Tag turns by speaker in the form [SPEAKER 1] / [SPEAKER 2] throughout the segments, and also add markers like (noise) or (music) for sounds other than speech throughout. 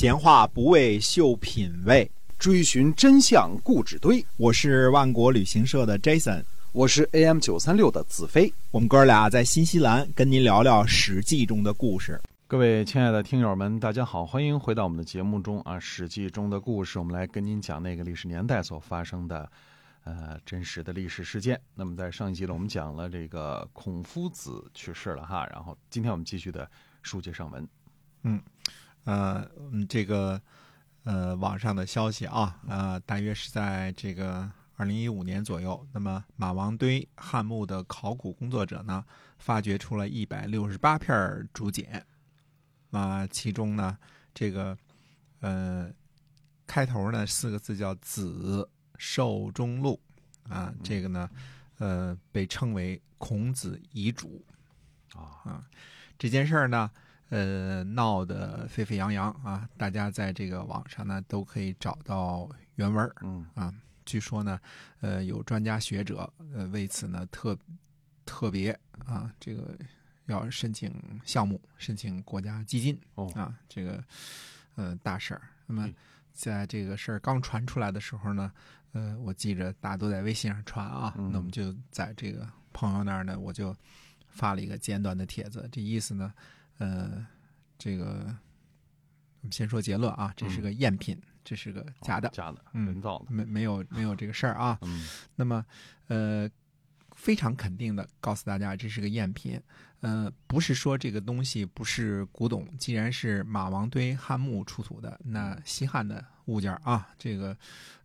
[SPEAKER 1] 闲话不为秀品味，
[SPEAKER 2] 追寻真相故纸堆。
[SPEAKER 1] 我是万国旅行社的 Jason，
[SPEAKER 2] 我是 AM 九三六的子飞。
[SPEAKER 1] 我们哥俩在新西兰跟您聊聊《史记》中的故事。
[SPEAKER 3] 各位亲爱的听友们，大家好，欢迎回到我们的节目中啊，《史记》中的故事，我们来跟您讲那个历史年代所发生的呃真实的历史事件。那么在上一集呢，我们讲了这个孔夫子去世了哈，然后今天我们继续的书接上文。
[SPEAKER 1] 嗯，呃，嗯，这个呃网上的消息啊，呃，大约是在这个二零一五年左右，那么马王堆汉墓的考古工作者呢，发掘出了一百六十八片竹简，啊、其中呢，这个呃开头呢四个字叫“子寿中录”，啊，这个呢，呃，被称为孔子遗嘱。
[SPEAKER 3] 啊、
[SPEAKER 1] 这件事儿呢，呃，闹得沸沸扬扬啊，大家在这个网上呢都可以找到原文儿。
[SPEAKER 3] 嗯
[SPEAKER 1] 据说呢，呃，有专家学者呃为此呢特特别啊，这个要申请项目，申请国家基金
[SPEAKER 3] 哦
[SPEAKER 1] 啊，这个呃大事儿。那么
[SPEAKER 3] 嗯
[SPEAKER 1] 在这个事儿刚传出来的时候呢，呃，我记着大家都在微信上传啊，
[SPEAKER 3] 嗯
[SPEAKER 1] 那我们就在这个朋友那儿呢，我就发了一个简短的帖子，这意思呢，呃，这个我们先说结论啊，这
[SPEAKER 3] 嗯
[SPEAKER 1] 是
[SPEAKER 3] 哦
[SPEAKER 1] 个赝品，这是个假的。
[SPEAKER 3] 假的，
[SPEAKER 1] 嗯
[SPEAKER 3] 人造的，
[SPEAKER 1] 没没有没有这个事儿啊，
[SPEAKER 3] 嗯
[SPEAKER 1] 那么，呃，非常肯定的告诉大家，这是个赝品。呃，不是说这个东西不是古董，既然是马王堆汉墓出土的，那西汉的物件儿啊，这个，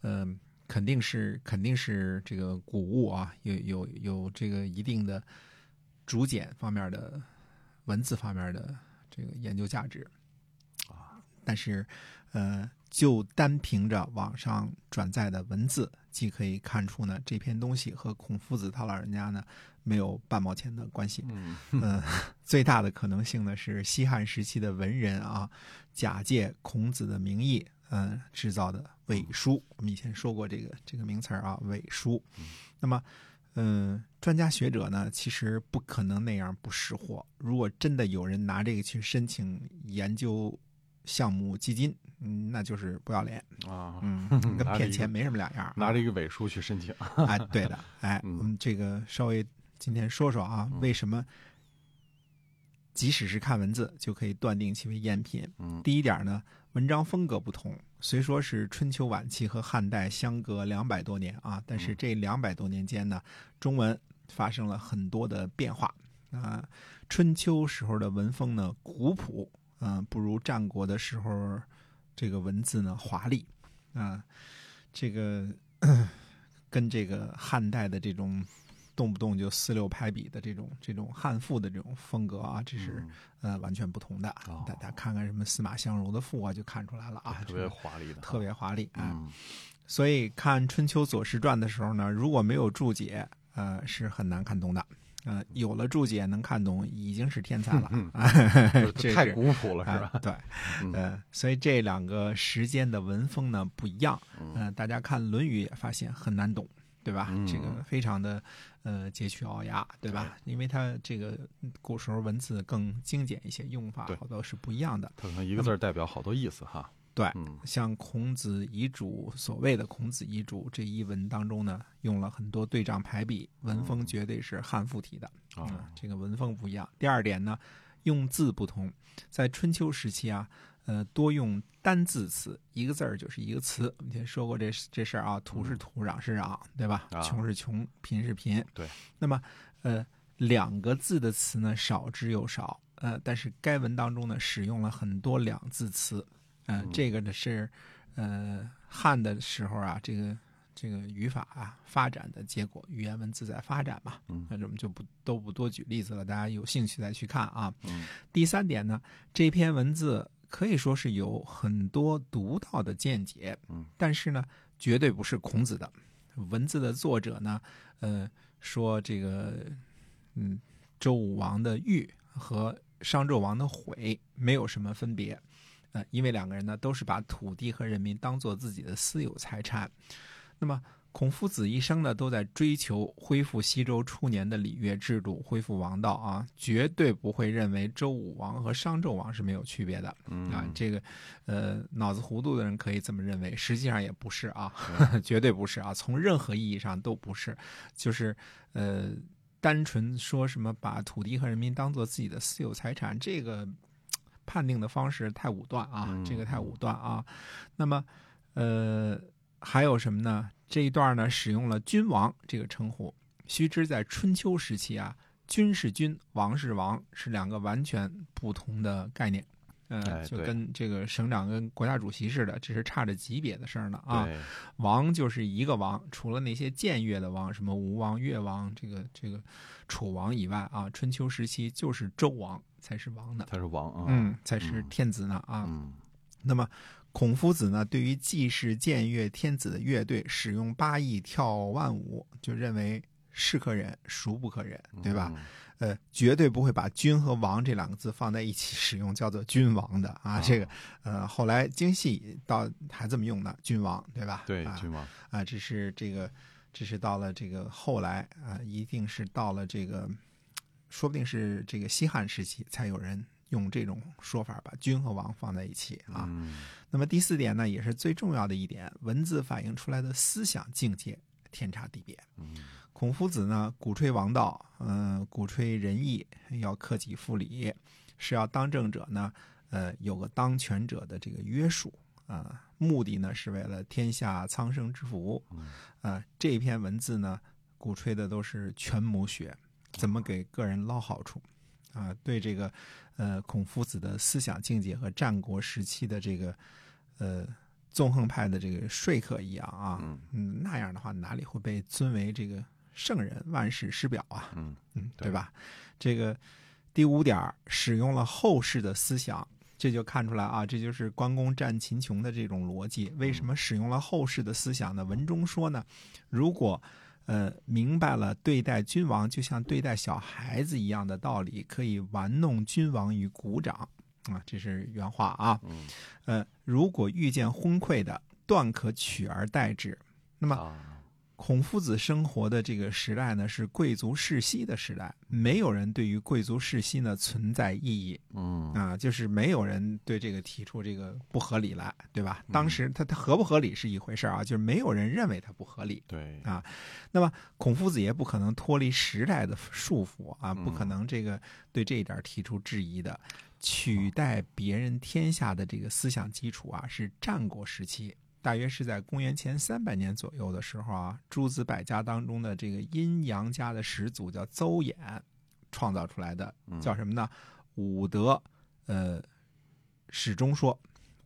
[SPEAKER 1] 呃，肯定是肯定是这个古物啊，有有有这个一定的竹简方面的文字方面的这个研究价值
[SPEAKER 3] 啊。
[SPEAKER 1] 但是，呃，就单凭着网上转载的文字，既可以看出呢，这篇东西和孔夫子他老人家呢没有半毛钱的关系。
[SPEAKER 3] 嗯
[SPEAKER 1] 嗯，最大的可能性呢是西汉时期的文人啊，假借孔子的名义，嗯，制造的伪书。我们以前说过这个这个名词儿啊，伪书。那么，嗯，专家学者呢，其实不可能那样不识货。如果真的有人拿这个去申请研究项目基金，嗯，那就是不要脸，
[SPEAKER 3] 啊， (laughs)
[SPEAKER 1] 嗯，跟
[SPEAKER 3] 拿着一
[SPEAKER 1] 骗
[SPEAKER 3] 个
[SPEAKER 1] 钱没什么两样儿啊。
[SPEAKER 3] 拿着一个伪书去申请， (laughs)
[SPEAKER 1] 哎，对的，哎，
[SPEAKER 3] 嗯
[SPEAKER 1] 我们这个稍微今天说说啊，
[SPEAKER 3] 嗯
[SPEAKER 1] 为什么即使是看文字就可以断定其为赝品？
[SPEAKER 3] 嗯
[SPEAKER 1] 第一点呢，文章风格不同，虽说是春秋晚期和汉代相隔两百多年啊，但是
[SPEAKER 3] 嗯
[SPEAKER 1] 这两百多年间呢，中文发生了很多的变化啊、春秋时候的文风呢古朴，嗯、不如战国的时候这个文字呢华丽啊、这个 (clears throat) 跟这个汉代的这种动不动就四六排比的这种这种汉赋的这种风格啊，这是、呃完全不同的。
[SPEAKER 3] 哦哎
[SPEAKER 1] 大家看看什么司马相如的赋啊，就看出来了啊，
[SPEAKER 3] 特
[SPEAKER 1] 这
[SPEAKER 3] 别
[SPEAKER 1] 个
[SPEAKER 3] 华丽的，
[SPEAKER 1] 特别华丽啊。
[SPEAKER 3] 嗯
[SPEAKER 1] 所以看《春秋左氏传》的时候呢，如果没有注解，呃，是很难看懂的。呃，有了注解能看懂，已经是天才了。
[SPEAKER 3] (laughs) 嗯
[SPEAKER 1] 啊
[SPEAKER 3] 就是
[SPEAKER 1] 这
[SPEAKER 3] 太
[SPEAKER 1] 是
[SPEAKER 3] 古朴了是吧？
[SPEAKER 1] 哎对，
[SPEAKER 3] 嗯
[SPEAKER 1] 呃，所以这两个时间的文风呢不一样。
[SPEAKER 3] 嗯
[SPEAKER 1] 呃，大家看《论语》也发现很难懂，对吧？
[SPEAKER 3] 嗯
[SPEAKER 1] 这个非常的呃佶屈聱牙，对吧？因为它这个嗯古时候文字更精简一些，用法
[SPEAKER 3] 对
[SPEAKER 1] 好多是不一样的。
[SPEAKER 3] 它可能一个字儿代表好多意思哈。
[SPEAKER 1] 对
[SPEAKER 3] 嗯
[SPEAKER 1] 像孔子遗嘱，所谓的孔子遗嘱这一文当中呢，用了很多对仗排比，文风绝对是汉赋体的啊、
[SPEAKER 3] 啊，
[SPEAKER 1] 这个文风不一样。第二点呢，用字不同，在春秋时期啊，呃，多用单字词，一个字儿就是一个词。我们以前说过这这事儿啊，土是土，壤是壤，对吧？
[SPEAKER 3] 啊
[SPEAKER 1] 穷是穷，贫是贫。
[SPEAKER 3] 对。
[SPEAKER 1] 那么，呃，两个字的词呢，少之又少。呃，但是该文当中呢，使用了很多两字词。
[SPEAKER 3] 嗯
[SPEAKER 1] 呃，这个呢是，呃，汉的时候啊，这个这个语法啊发展的结果，语言文字在发展嘛。
[SPEAKER 3] 嗯
[SPEAKER 1] 那我们就不都不多举例子了，大家有兴趣再去看啊。
[SPEAKER 3] 嗯
[SPEAKER 1] 第三点呢，这篇文字可以说是有很多独到的见解，
[SPEAKER 3] 嗯，
[SPEAKER 1] 但是呢，绝对不是孔子的。文字的作者呢，呃，说这个，嗯，周武王的玉和商纣王的悔没有什么分别，呃，因为两个人呢都是把土地和人民当做自己的私有财产。那么孔夫子一生呢，都在追求恢复西周初年的礼乐制度，恢复王道啊，绝对不会认为周武王和商纣王是没有区别的啊。
[SPEAKER 3] 嗯，
[SPEAKER 1] 这个，呃，脑子糊涂的人可以这么认为，实际上也不是啊， (laughs) 绝对不是啊，从任何意义上都不是，就是，呃，单纯说什么把土地和人民当做自己的私有财产，这个嘖判定的方式太武断啊，
[SPEAKER 3] 嗯
[SPEAKER 1] 这个太武断啊。那么，呃，还有什么呢？这一段呢，使用了“君王”这个称呼。须知在春秋时期啊，君是君，王是王，是两个完全不同的概念。
[SPEAKER 3] 哎
[SPEAKER 1] 呃，就
[SPEAKER 3] 对
[SPEAKER 1] 跟这个省长跟国家主席似的，只是差着级别的事儿呢啊。
[SPEAKER 3] 对，
[SPEAKER 1] 王就是一个王，除了那些僭越的王，什么吴王、越王，这个这个楚王以外啊，春秋时期就是周王才是王呢，
[SPEAKER 3] 他是王啊，
[SPEAKER 1] 嗯，才是
[SPEAKER 3] 嗯
[SPEAKER 1] 天子呢啊。
[SPEAKER 3] 嗯
[SPEAKER 1] 那么孔夫子呢，对于季氏僭越天子的乐队使用八佾跳万舞，就认为是可忍，孰不可忍，
[SPEAKER 3] 嗯
[SPEAKER 1] 对吧？？呃，绝对不会把“君”和“王”这两个字放在一起使用，叫做“君王”的啊。这个呃，后来京戏到还这么用呢，“君王”对吧？
[SPEAKER 3] 对
[SPEAKER 1] 啊，
[SPEAKER 3] 君王，
[SPEAKER 1] 啊，这是这个，这是到了这个后来啊，一定是到了这个，说不定是这个西汉时期才有人用这种说法把君和王放在一起啊。
[SPEAKER 3] 嗯
[SPEAKER 1] 那么第四点呢，也是最重要的一点，文字反映出来的思想境界天差地别。
[SPEAKER 3] 嗯
[SPEAKER 1] 孔夫子呢，鼓吹王道，嗯、鼓吹仁义，要克己复礼，是要当政者呢，呃，有个当权者的这个约束啊、目的呢是为了天下苍生之福。
[SPEAKER 3] 嗯
[SPEAKER 1] 啊、这篇文字呢，鼓吹的都是权谋学，怎么给个人捞好处啊、对这个，呃，孔夫子的思想境界和战国时期的这个，呃，纵横派的这个说客一样啊，
[SPEAKER 3] 嗯
[SPEAKER 1] 嗯，那样的话哪里会被尊为这个圣人、万世师表啊？
[SPEAKER 3] 嗯
[SPEAKER 1] 嗯，
[SPEAKER 3] 对
[SPEAKER 1] 对吧？这个第五点儿使用了后世的思想，这就看出来啊，这就是关公战秦琼的这种逻辑。为什么使用了后世的思想呢？文中说呢，如果呃明白了对待君王就像对待小孩子一样的道理，可以玩弄君王于股掌啊，这是原话啊。
[SPEAKER 3] 嗯
[SPEAKER 1] 呃，如果遇见昏聩的，断可取而代之。那
[SPEAKER 3] 啊，
[SPEAKER 1] 孔夫子生活的这个时代呢，是贵族世袭的时代，没有人对于贵族世袭呢存在异议
[SPEAKER 3] 嗯
[SPEAKER 1] 啊，就是没有人对这个提出这个不合理来，对吧？当时他他合不合理是一回事儿啊，就是没有人认为它不合理。
[SPEAKER 3] 对，
[SPEAKER 1] 孔夫子也不可能脱离时代的束缚啊，
[SPEAKER 3] 嗯
[SPEAKER 1] 不可能这个对这一点提出质疑的。取代别人天下的这个思想基础啊，是战国时期，大约是在公元前三百年左右的时候啊，诸子百家当中的这个阴阳家的始祖叫邹衍，创造出来的
[SPEAKER 3] 嗯
[SPEAKER 1] 叫什么呢？五德，呃，始终说。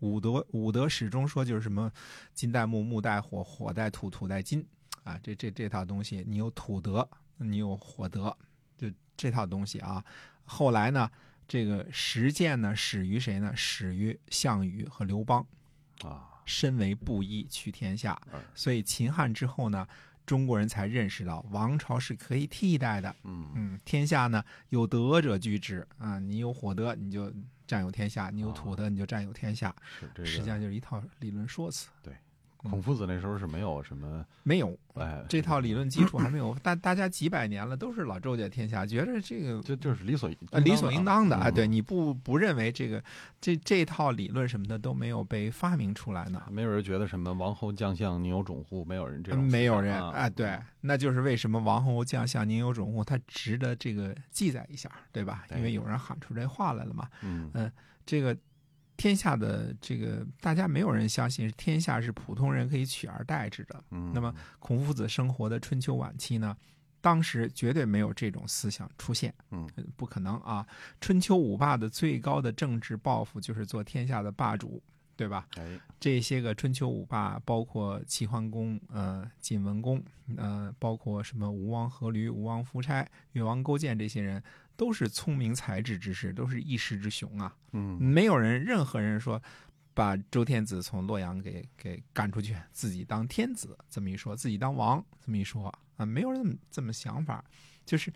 [SPEAKER 1] 五德五德始终说就是什么金带木木带火火带土土带金啊，这这这套东西，你有土德，你有火德，就这套东西啊。后来呢，这个实践呢始于谁呢？始于项羽和刘邦，
[SPEAKER 3] 啊，
[SPEAKER 1] 身为布衣取天下
[SPEAKER 3] 嗯。
[SPEAKER 1] 所以秦汉之后呢，中国人才认识到王朝是可以替代的。
[SPEAKER 3] 嗯
[SPEAKER 1] 嗯，天下呢有德者居之啊，你有火德你就占有天下，你有土德你就占有天下。
[SPEAKER 3] 啊是这
[SPEAKER 1] 实际
[SPEAKER 3] 个。
[SPEAKER 1] 上就是一套理论说辞，
[SPEAKER 3] 孔夫子那时候是没有什么
[SPEAKER 1] 没有
[SPEAKER 3] 哎，
[SPEAKER 1] 嗯这套理论基础还没
[SPEAKER 3] (laughs)
[SPEAKER 1] 有，大大家几百年了都是老周家天下，觉得这个
[SPEAKER 3] 这就是理所
[SPEAKER 1] 呃理所应当的
[SPEAKER 3] 嗯
[SPEAKER 1] 啊，对，你不不认为这个这这套理论什么的都没有被发明出来呢？
[SPEAKER 3] 没有人觉得什么王侯将相宁有种乎，没有人这
[SPEAKER 1] 嗯
[SPEAKER 3] 种思想啊，
[SPEAKER 1] 没有人
[SPEAKER 3] 啊
[SPEAKER 1] 啊，对，那就是为什么王侯将相宁有种乎，它值得这个记载一下，对吧？
[SPEAKER 3] 对
[SPEAKER 1] 因为有人喊出这话来了嘛。
[SPEAKER 3] 嗯
[SPEAKER 1] 这个天下的这个大家没有人相信，天下是普通人可以取而代之的。
[SPEAKER 3] 嗯，
[SPEAKER 1] 那么孔夫子生活的春秋晚期呢，当时绝对没有这种思想出现，
[SPEAKER 3] 嗯
[SPEAKER 1] 呃，不可能啊！春秋五霸的最高的政治抱负就是做天下的霸主，对吧？
[SPEAKER 3] 哎，
[SPEAKER 1] 这些个春秋五霸，包括齐桓公、呃晋文公、呃，包括什么吴王阖闾、吴王夫差、越王勾践这些人，都是聪明才智之士，都是一时之雄啊！
[SPEAKER 3] 嗯
[SPEAKER 1] 没有人，任何人说把周天子从洛阳给给赶出去，自己当天子这么一说，自己当王这么一说啊，没有人这么这么想法，就是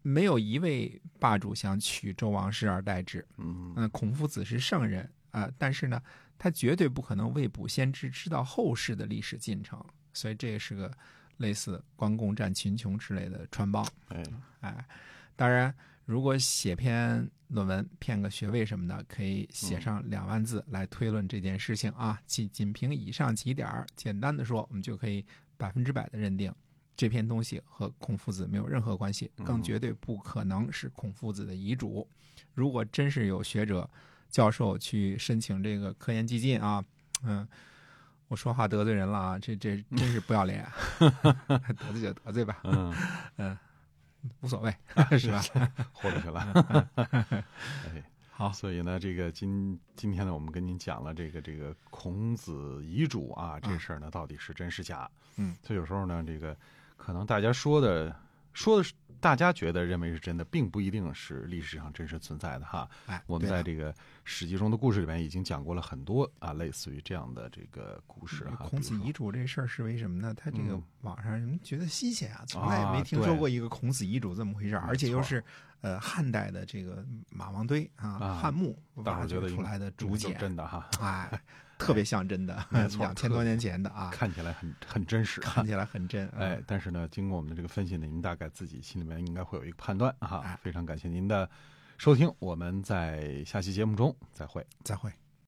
[SPEAKER 1] 没有一位霸主想取周王室而代之。
[SPEAKER 3] 嗯
[SPEAKER 1] 嗯，孔夫子是圣人啊、但是呢，他绝对不可能未卜先知，知道后世的历史进程。所以这也是个类似关公战秦琼之类的穿帮。
[SPEAKER 3] 哎，
[SPEAKER 1] 哎，当然，如果写篇论文骗个学位什么的，可以写
[SPEAKER 3] 嗯
[SPEAKER 1] 上两万字来推论这件事情啊。仅仅凭以上几点儿，简单的说，我们就可以百分之百的认定这篇东西和孔夫子没有任何关系，
[SPEAKER 3] 嗯
[SPEAKER 1] 更绝对不可能是孔夫子的遗嘱。如果真是有学者、教授去申请这个科研基金啊，嗯。我说话得罪人了啊！这这
[SPEAKER 3] (laughs)
[SPEAKER 1] 真是不要脸，啊 (laughs) 得罪就得罪吧，
[SPEAKER 3] 嗯，
[SPEAKER 1] 无所
[SPEAKER 3] (laughs)
[SPEAKER 1] 谓，是吧？
[SPEAKER 3] 豁出去
[SPEAKER 1] (laughs)
[SPEAKER 3] 了。哎，
[SPEAKER 1] 好
[SPEAKER 3] 所以呢，这个今今天呢，我们跟您讲了这个这个孔子遗嘱啊，这事儿呢到底是真是假？
[SPEAKER 1] 嗯，
[SPEAKER 3] 所以有时候呢，这个可能大家说的说的是大家觉得认为是真的，并不一定是历史上真实存在的哈。
[SPEAKER 1] 哎，
[SPEAKER 3] 我们
[SPEAKER 1] 对啊
[SPEAKER 3] 在这个《史记》中的故事里面已经讲过了很多啊，类似于这样的这个故事哈。
[SPEAKER 1] 嗯孔子
[SPEAKER 3] 啊比如说
[SPEAKER 1] 遗嘱这事儿是为什么呢？他这个
[SPEAKER 3] 嗯
[SPEAKER 1] 网上人觉得新鲜啊，从来也
[SPEAKER 3] 啊
[SPEAKER 1] 没听说
[SPEAKER 3] 对
[SPEAKER 1] 过一个孔子遗嘱这么回事儿，
[SPEAKER 3] 没
[SPEAKER 1] 而且又
[SPEAKER 3] 错
[SPEAKER 1] 是呃汉代的这个马王堆
[SPEAKER 3] 啊
[SPEAKER 1] 啊，汉墓
[SPEAKER 3] 大伙
[SPEAKER 1] 挖
[SPEAKER 3] 儿觉
[SPEAKER 1] 掘
[SPEAKER 3] 得
[SPEAKER 1] 出来的竹
[SPEAKER 3] 应该
[SPEAKER 1] 简
[SPEAKER 3] 都，真的哈， (laughs)
[SPEAKER 1] 哎，特别像真的，
[SPEAKER 3] 没错
[SPEAKER 1] 两千多年前的啊，
[SPEAKER 3] 看起来很很真实。
[SPEAKER 1] 看起来很真，
[SPEAKER 3] 哎
[SPEAKER 1] 嗯，，
[SPEAKER 3] 但是呢，经过我们的这个分析呢，您大概自己心里面应该会有一个判断啊哈
[SPEAKER 1] 哎。
[SPEAKER 3] 非常感谢您的收听，我们在下期节目中再会。
[SPEAKER 1] 再会。